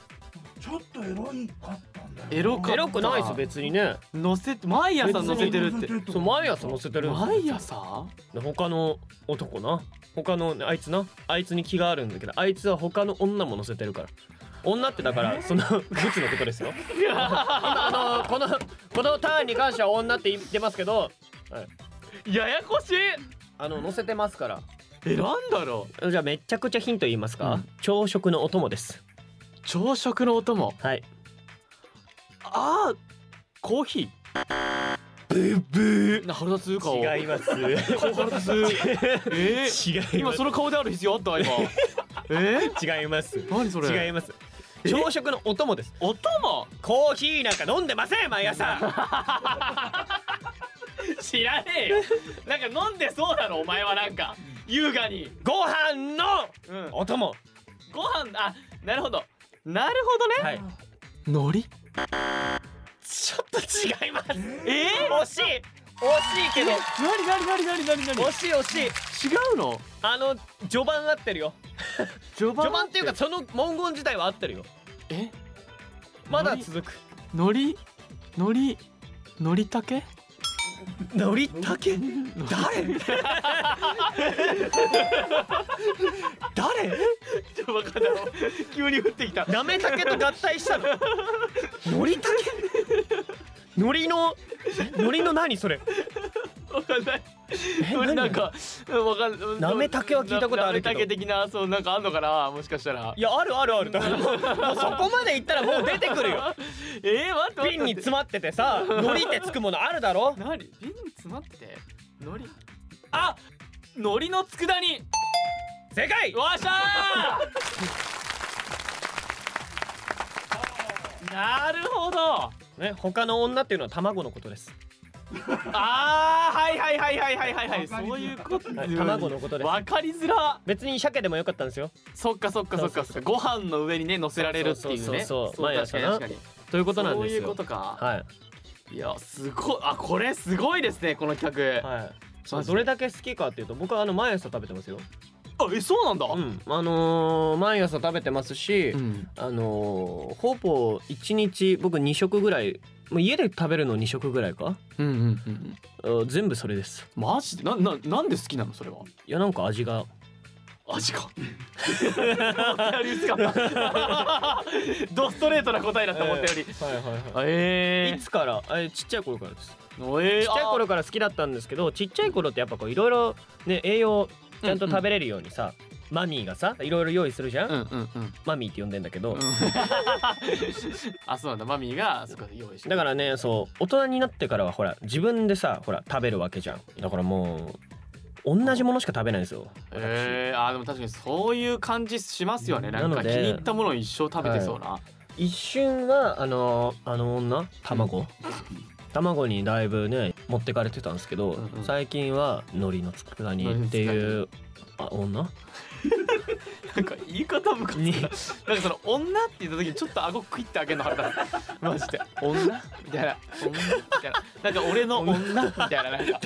ちょっとエロいかったんだよな。エロかエロくないです別にね乗せて毎朝乗せてるってそう毎朝乗せてるんですよ毎朝他の男な他のあいつなあいつに気があるんだけどあいつは他の女も乗せてるから女ってだからそのブツのことですよ今 あのこのこのターンに関しては女って言ってますけど ややこしいあの乗せてますからえなんだろうじゃあめちゃくちゃヒント言いますか、うん朝食のお供です朝食のお供はいあーコーヒーブーブーな腹立つ顔 違い ます腹立つえー、違います今その顔である必要あ った今えー、違います何それ違います朝食のお供ですお供コーヒーなんか飲んでません毎朝知らねえよなんか飲んでそうだろお前はなんか優雅にご飯のうんお供ご飯あなるほどなるほどねはい海苔ちょっと違いますえー、惜しい惜しいけどなになになになになになに惜しい惜しい違うのあの序盤合ってるよ序盤序盤っていうかその文言自体は合ってるよえまだ続くのりのりのりたけ のりたけ誰誰ちょっと分かんない急に降ってきたなめたけと合体したの のりたけのりののりの何それ分かんないえのり何なんか分かんないなめたけは聞いたことあるけどなめたけ的なそうなんかあんのかなもしかしたらいやあるあるあるだからもうもうそこまでいったらもう出てくるよえー、待って待って瓶に詰まっててさのりってつくものあるだろま何瓶に詰まってのりあのりの佃煮正解わっしゃーなるほどあね他の女っていうのは卵のことですあーはいはいはいはいはいはいはわいかりづらいそういうことはい卵のことですわかりづら別に鮭でもよかったんですよそっかそっかそっかそっかご飯の上にね乗せられるっていうねそうそうそうそう確かに確かにということなんですよそういうことかはいいやすごいあこれすごいですねこの企画はいマジでどれだけ好きかっていうと僕はあの毎朝食べてますよあえそうなんだ、うん、あのー毎朝食べてますし、うんあのーほぼ1日僕2食ぐらいもう家で食べるの2食ぐらいかうんうんうんうん全部それですマジでなななんで好きなのそれはいやなんか味が味か思ったより薄かった ドストレートな答えだと思ったより、はいはいはいえいつからえちっちゃい頃からですえちっちゃい頃から好きだったんですけどちっちゃい頃ってやっぱこういろいろね栄養ちゃんと食べれるようにさ、マミーがさいろいろ用意するじゃん、うんうんうんマミーって呼んでんだけど、 あそうなんだマミーがそこで用意してだからねそう大人になってからはほら自分でさほら食べるわけじゃんだからもう同じものしか食べないんですよ私えー、あーでも確かにそういう感じしますよねなんなかの気でに入ったものを一生食べてそうな、一瞬はあのあの女卵卵にだいぶね持ってかれてたんですけど、うんうん最近は海苔の佃煮っていうあ女なんか言い方むかつ くになんかその女って言った時にちょっと顎クイッて開けるの腹立 つマジで女みたいな女みたいななんか俺の女みたいななんか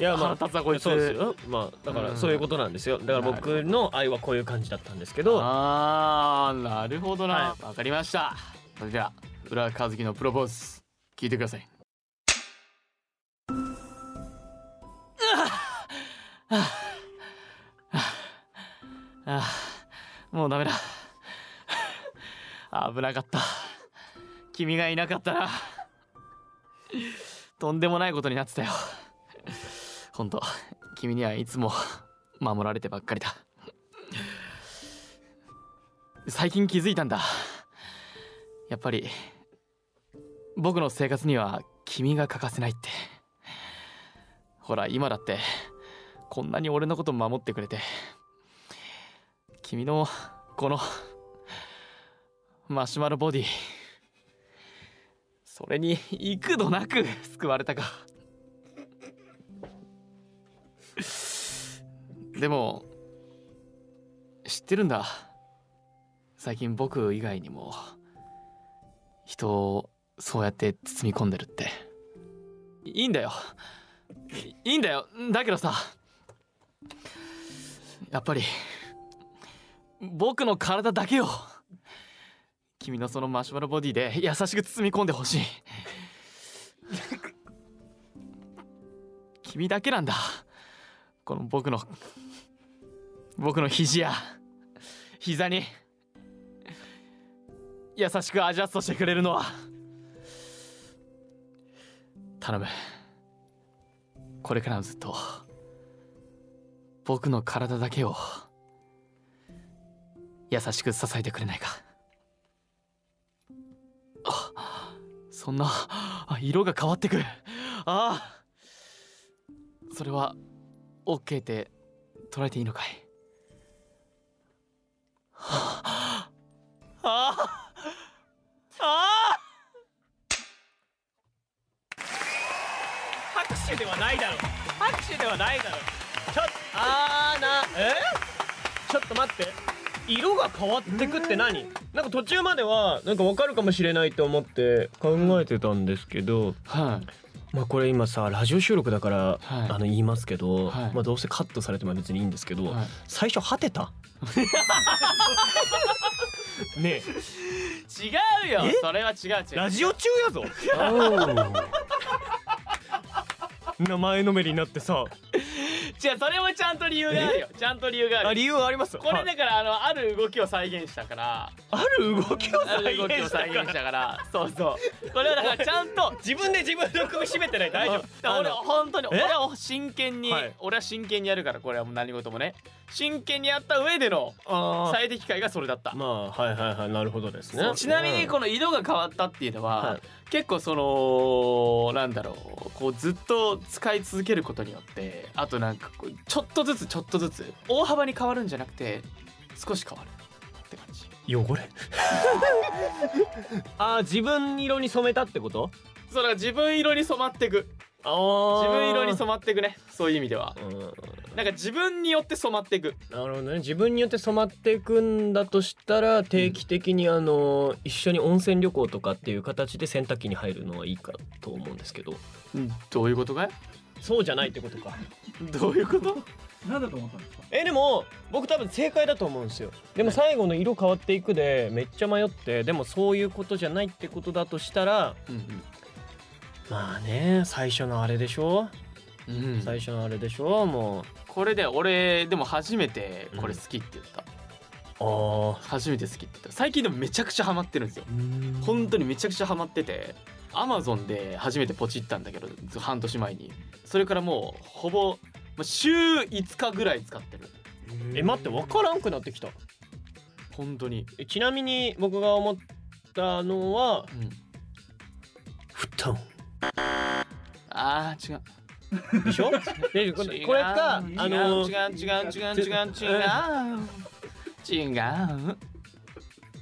いや腹立つなこいつそうですよまあだかうらんそういうことなんですよだから僕の愛はこういう感じだったんですけどあーなるほどなわは、かりましたそれでは浦和樹のプロポーズ聞いてくださいあーあーあーもうダメだあー危なかった君がいなかったらとんでもないことになってたよ本当君にはいつも守られてばっかりだ最近気づいたんだやっぱり僕の生活には君が欠かせないってほら今だってこんなに俺のこと守ってくれて君のこのマシュマロボディそれに幾度なく救われたかでも知ってるんだ最近僕以外にも人をそうやって包み込んでるっていいんだよいいいんだよだけどさやっぱり僕の体だけを君のそのマシュマロボディで優しく包み込んでほしい君だけなんだこの僕の僕の肘や膝に優しくアジャストしてくれるのは頼むこれからもずっと僕の体だけを優しく支えてくれないかあそんなあ色が変わってくるああそれは OK って捉えていいのかいはああああ拍手ではないだろう拍手ではないだろうちょっとあーなえちょっと待って色が変わってくって何なんか途中まではなんかわかるかもしれないと思って考えてたんですけどはい、まあこれ今さラジオ収録だから、はいあの言いますけど、はいまあどうせカットされても別にいいんですけど、はい最初果て たね違うよえそれは違うえ違うラジオ中やぞ名前のめりになってさ違うそれもちゃんと理由があるよちゃんと理由があある理由はありますこれはいだからあのある動きを再現したからある動きをあ再る動現きをした再現かしたから そうそうこれはだからちゃんと自分で自分の首絞めてない大丈夫だから俺本当にえ俺は真剣に、はい俺は真剣にやるからこれはもう何事もね真剣にやった上でのあ最適解がそれだったーまあはいはいはいなるほどですねちなみにこの色が変わったっていうのは、はい結構そのなんだろうこうずっと使い続けることによってあとなんかこうちょっとずつちょっとずつ大幅に変わるんじゃなくて少し変わるって感じ汚 れあー自分色に染めたってことそうだから自分色に染まっていくあ自ー分色に染まっていくねそういう意味ではうんなんか自分によって染まっていくなるほどね自分によって染まっていくんだとしたら定期的にあの一緒に温泉旅行とかっていう形で洗濯機に入るのはいいかと思うんですけどどういうことかいそうじゃないってことかどういうことなんだと思ったんですかえでも僕多分正解だと思うんですよでも最後の色変わっていくでめっちゃ迷ってでもそういうことじゃないってことだとしたらまあね最初のあれでしょ、うん最初のあれでしょもこれで俺でも初めてこれ好きって言った、うああ初めて好きって言った最近でもめちゃくちゃハマってるんですよ本当にめちゃくちゃハマっててアマゾンで初めてポチったんだけど半年前にそれからもうほぼもう週5日ぐらい使ってるえ待って分からんくなってきた本当に、えちなみに僕が思ったのはうん、布団あー違うでしょでこれこれか違うあの違う違う違う違う違う違う違う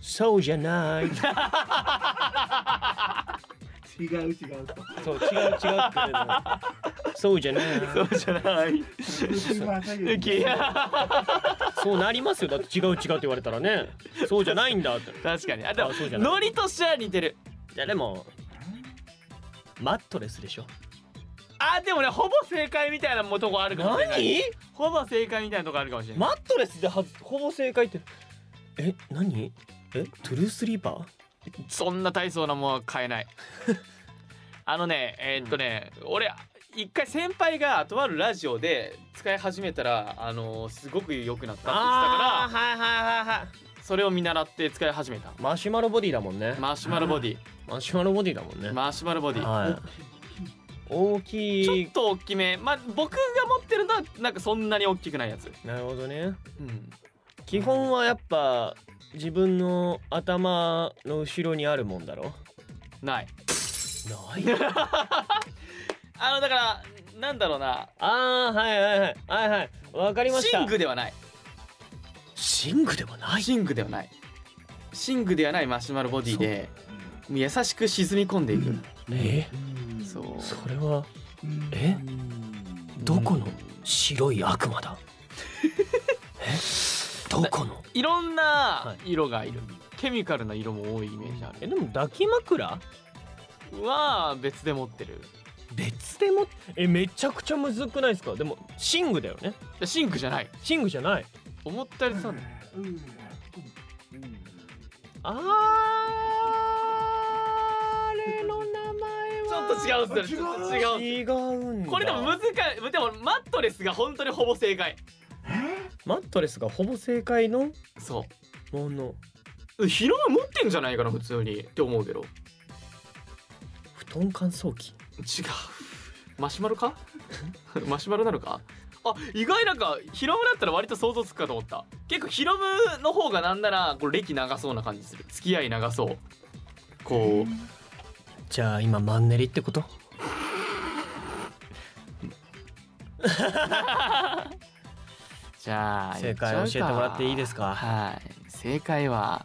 そうじゃない違う違うそう違う違うって 言うのそうじゃないそうじゃ ないと。いやそうなりますよだって違う違うって言われたらねそうじゃないんだって確かにあでもあそうじゃないノリとしては似てるいやでもマットレスでしょあでもねほぼ正解みたいなもとこあるかもしれない何ほぼ正解みたいなとこあるかもしれない、マットレスではずほぼ正解ってえ何えトゥルースリーパーそんな大層なもんは買 えないあのねえーっとね、俺一回先輩がとあるラジオで使い始めたらあのーすごく良くなったって言ってたかはいはいはいはいらそれを見習って使い始めたマシュマロボディだもんねマシュマロボディマシュマロボディだもんねマシュマロボディはい大きちょいっと大きめまあ僕が持ってるのはなんかそんなに大きくないやつ、なるほどねうん、基本はやっぱ自分の頭の後ろにあるもんだろないないあのだからなんだろうなあーはいはいはいはいはいわかりましシたングではないシングでもないシングではないシングではないマシュマロボディでもう優しく沈み込んでいく、えそうそれはえどこの白い悪魔 だえどこのいろんな色がいる、ケミカルな色も多いイメージあえるでも抱き枕は別で持ってる別でもえめちゃくちゃむずくないですかでもシングだよねシングじゃないシングじゃない思ったよりそうねあれの名ち前ょっと違うっすよね違うちょっと違う違うんだこれでも難しいでもマットレスが本当にほぼ正解マットレスがほぼ正解のそものうヒロム持ってんじゃないかな普通にって思うけど違う布団乾燥機マシュマロか マシュマロなのかあ意外なんかヒロムだったら割と想像つくかと思った結構ヒロムの方がなんならこれ歴長そうな感じする付き合い長そうこうじゃあ今マンネリってことじゃあ正解教えてもらっていいですすかはい正解は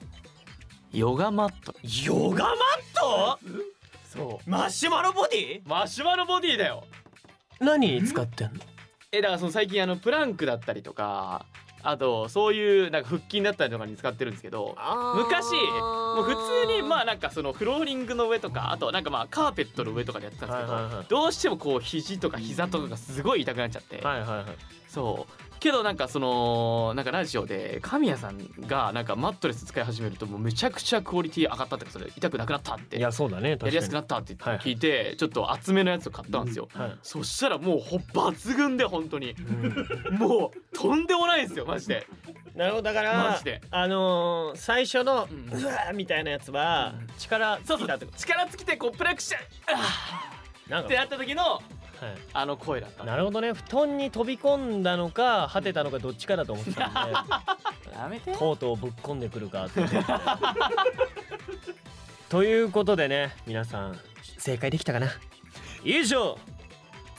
ヨガマットヨガマットそうマシュマロボディマシュマロボディだよ何使ってんのえだからその最近あのプランクだったりとかあとそういうなんか腹筋だったりとかに使ってるんですけど昔もう普通にまあなんかそのフローリングの上とかあとなんかまあカーペットの上とかでやってたんですけど、はいはいはいどうしてもこう肘とか膝とかがすごい痛くなっちゃって、はいはいはいそうけどなんかそのなんかラジオで神谷さんがなんかマットレス使い始めるともうめちゃくちゃクオリティ上がったってかそれ痛くなくなったっていややそうだね確かにりやすくなったって言って聞いて、ちょっと厚めのやつを買ったんですよ、はいそしたらもうほ抜群で本当にうんもうとんでもないですよマジで、なるほどだかマらジであのー最初のうんうわーみたいなやつはうん力そ尽きうそうたってこ力尽きてこうプラクシャとなんっかてなった時のはいあの声だったなるほどね布団に飛び込んだのか果てたのかどっちかだと思ってたんで やめてとうとうぶっ込んでくるかって思ってということでね皆さん正解できたかな以上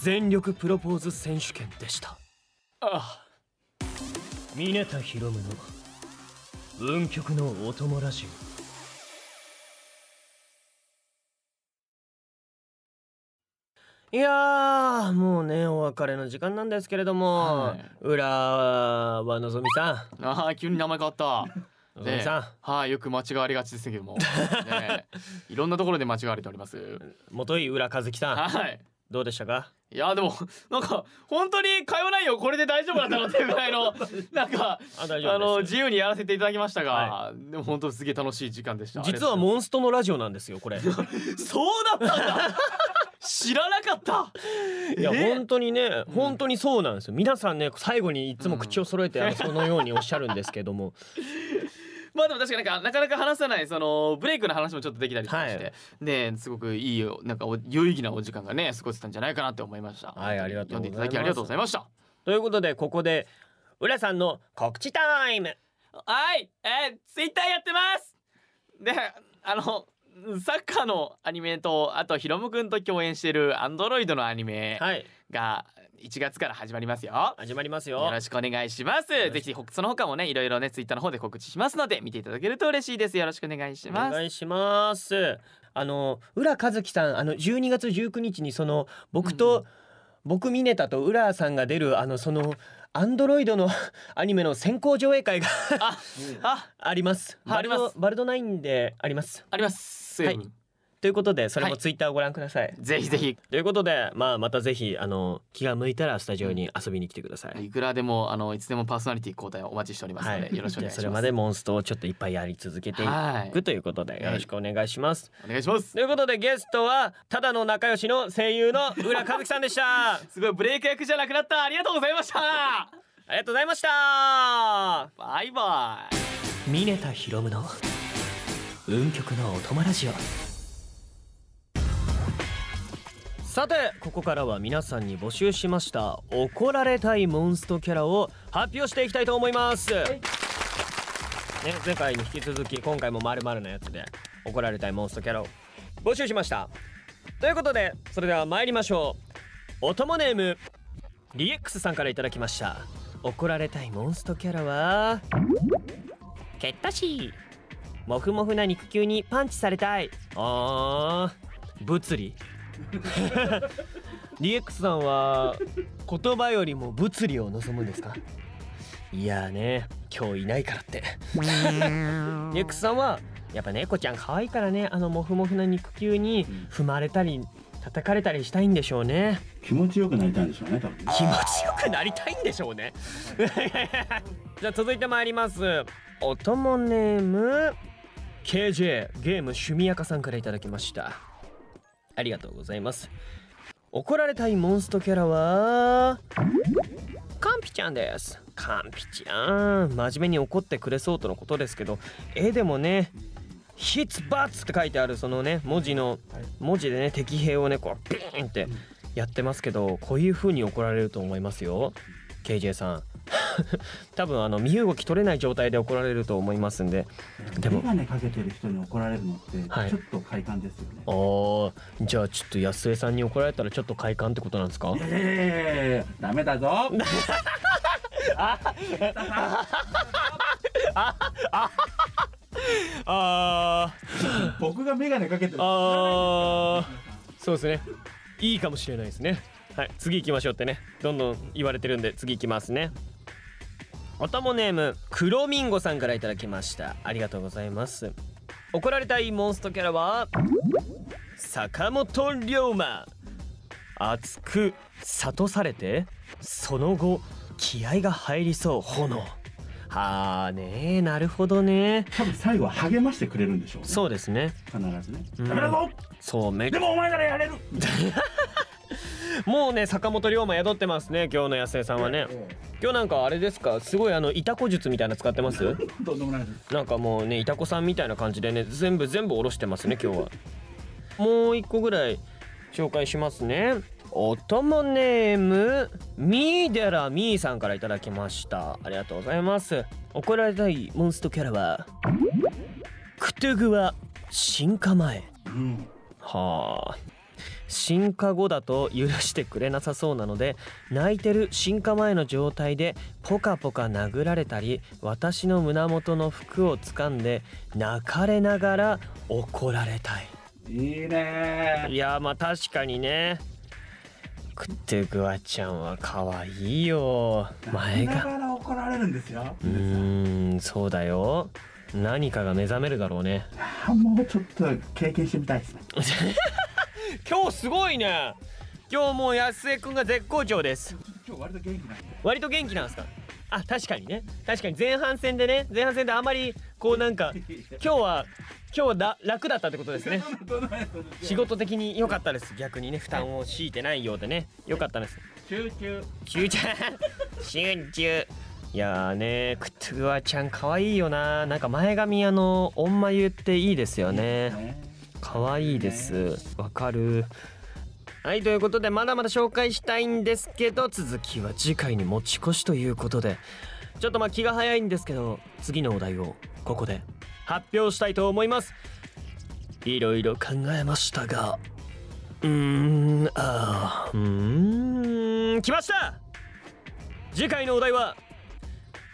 全力プロポーズ選手権でしたあ峰田博夢の運極のお供ラジオいやーもうねお別れの時間なんですけれども、はい裏はのぞみさあー急に名前変わ ったんのぞみさんはい、よく間違われがちですけども、ねえ、いろんなところで間違われております。元井浦和樹さんはい、どうでしたかいやでも なんか本当に会話内容これで大丈夫だったのっていうぐら いのなんかあ大丈あの夫です自由にやらせていただきましたが、はでも本当すげえ楽しい時間でした 実はモンストのラジオなんですよこれいそうだったんだ 知らなかったやえ本当にね本当にそうなんですよ皆さんね最後にいつも口を揃えて、 あのそのようにおっしゃるんですけどもまあでも確かになんかなかなか話さないそのブレイクの話もちょっとできたりとかして、はいですごくいいよなんかお有意義なお時間がね過ごせたんじゃないかなって思いましたはいありがとうございます読んでいただきありがとうございましたということでここで浦さんの告知タイムはいえー、ツイッターやってますであのサッカーのアニメとあとヒロムくんと共演してるアンドロイドのアニメはいが1月から始まりますよ始まりますよよろしくお願いしますろしくぜひほその他もねいろいろねツイッターの方で告知しますので見ていただけると嬉しいですよろしくお願いしおます願いしますあの浦和樹さんあの12月19日にその僕と、うん僕ミネタと浦さんが出るあのそのアンドロイドの アニメの先行上映会が あありますはバいルドありますバルドナインでありますありますはいということでそれはもいツイッターをご覧ください、ぜひぜひということでまあまたぜひあの気が向いたらスタジオに遊びに来てください、いくらでもあのいつでもパーソナリティ交代をお待ちしておりますので、よろしくじゃお願あいしますそれまでモンストをちょっといっぱいやり続けていはいくということでよろしくお願いします、お願いしますということでゲストはただの仲良しの声優の浦和樹さんでしたあすごいブレイク役じゃなくなったありがとうございましたりがとうございましたバイバイミネタヒロムの運極のお友ラジオさてここからは皆さんに募集しました怒られたいモンストキャラを発表していきたいと思います、ね、前回に引き続き今回も〇〇のやつで怒られたいモンストキャラを募集しましたということでそれでは参りましょうおともネームリエックスさんからいただきました怒られたいモンストキャラは蹴ったしモフモフな肉球にパンチされたいあー物理 DX さんは言葉よりも物理を望むんですかいやーね今日いないからって DX さんはやっぱ猫ちゃん可愛いからねあのモフモフな肉球に踏まれたり叩かれたりしたいんでしょうね気持ちよくなりたいんでしょうね多分ね気持ちよくなりたいんでしょうね じゃあ続いてまいりますおともネーム KJ ゲーム趣味やかさんからいただきましたありがとうございます怒られたいモンストキャラはカンピちゃんですカンピちゃん真面目に怒ってくれそうとのことですけど絵でもね「ヒッツバツ」って書いてあるそのね文字の文字でね敵兵をねこうビーンってやってますけどこういう風に怒られると思いますよ KJ さん 多分あの身動き取れない状態で怒られると思いますんででも眼鏡かけてる人に怒られるのってはいちょっと快感ですよね、ああじゃあちょっと安江さんに怒られたらちょっと快感ってことなんですかいやいやいやいやいやダメ だぞあ僕が眼鏡かけてるあそうですねいいかもしれないですねはい次行きましょうってねどんどん言われてるんで次行きますねおたもネーム黒ミンゴさんからいただきましたありがとうございます怒られたいモンストキャラは坂本龍馬熱く諭されてその後気合が入りそう炎はあねえなるほどね多分最後は励ましてくれるんでしょうねそうですね必ずね、うんダメだぞそうめでもお前ならやれるもうね坂本龍馬宿ってますね今日の安江さんはね今日なんかあれですかすごいあのいたこ術みたいなの使ってます どうでもないですなんかもうねいたこさんみたいな感じでね全部全部下ろしてますね今日はもう一個ぐらい紹介しますねおともネームミーデラミーさんからいただきましたありがとうございます怒られたいモンストキャラはクトゥグは進化前うんはあ進化後だと許してくれなさそうなので泣いてる進化前の状態でポカポカ殴られたり私の胸元の服を掴んで泣かれながら怒られたいいいねいやーまあ確かにねクテグワちゃんは可愛いよ前だがから怒られるんですようーんそうだよ何かが目覚めるだろうね あもうちょっと経験してみたいですね今日すごいね今日もう安江くんが絶好調です今日割と元気なんで割と元気なんですかあ確かにね確かに前半戦でね前半戦であまりこうなんか今日は今日はだ楽だったってことですねどんなどんなどんな仕事的に良かったです逆にね負担を強いてないようでね良かったです集中集中 集中いやーねクトゥワちゃん可愛いよななんか前髪あのおんまゆっていいですよねね可愛いですわかるはいということでまだまだ紹介したいんですけど続きは次回に持ち越しということでちょっとまあ気が早いんですけど次のお題をここで発表したいと思いますいろいろ考えましたがうーんあーうーん来ました次回のお題は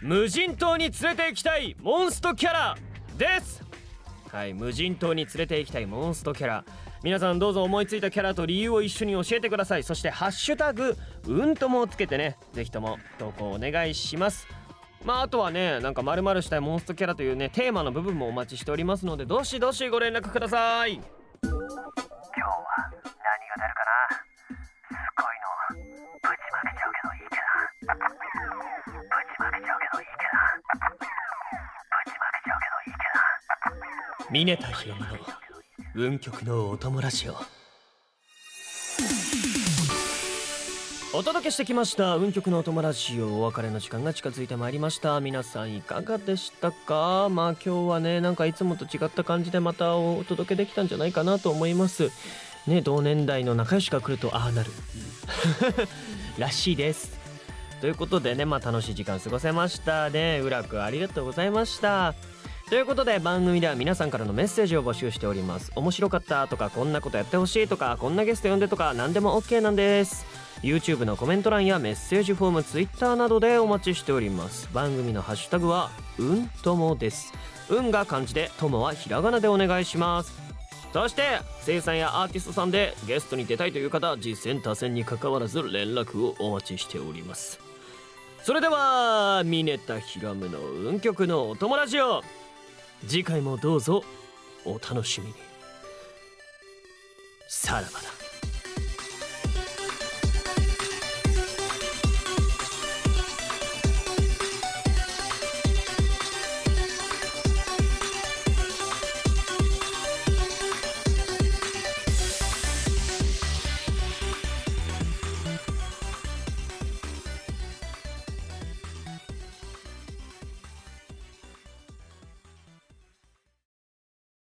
無人島に連れて行きたいモンストキャラですはい無人島に連れて行きたいモンストキャラ皆さんどうぞ思いついたキャラと理由を一緒に教えてくださいそして「ハッシュタグうんとも」をつけてねぜひとも投稿お願いしますまああとはねなんかまるしたいモンストキャラというねテーマの部分もお待ちしておりますのでどしどしご連絡くださいミネタヒロミの運極のお友ラジオお届けしてきました運極のお友ラジオお別れの時間が近づいてまいりました皆さんいかがでしたかまあ今日はねなんかいつもと違った感じでまたお届けできたんじゃないかなと思いますね同年代の仲良しが来るとああなる らしいですということでねまあ楽しい時間過ごせましたねうらくありがとうございましたということで番組では皆さんからのメッセージを募集しております面白かったとかこんなことやってほしいとかこんなゲスト呼んでとか何でも OK なんです YouTube のコメント欄やメッセージフォーム Twitter などでお待ちしております番組のハッシュタグはうんともですうんが漢字でともはひらがなでお願いしますそして生産やアーティストさんでゲストに出たいという方実践他戦に関わらず連絡をお待ちしておりますそれではミネタヒラムの運極のお友達を次回もどうぞお楽しみにさらばだ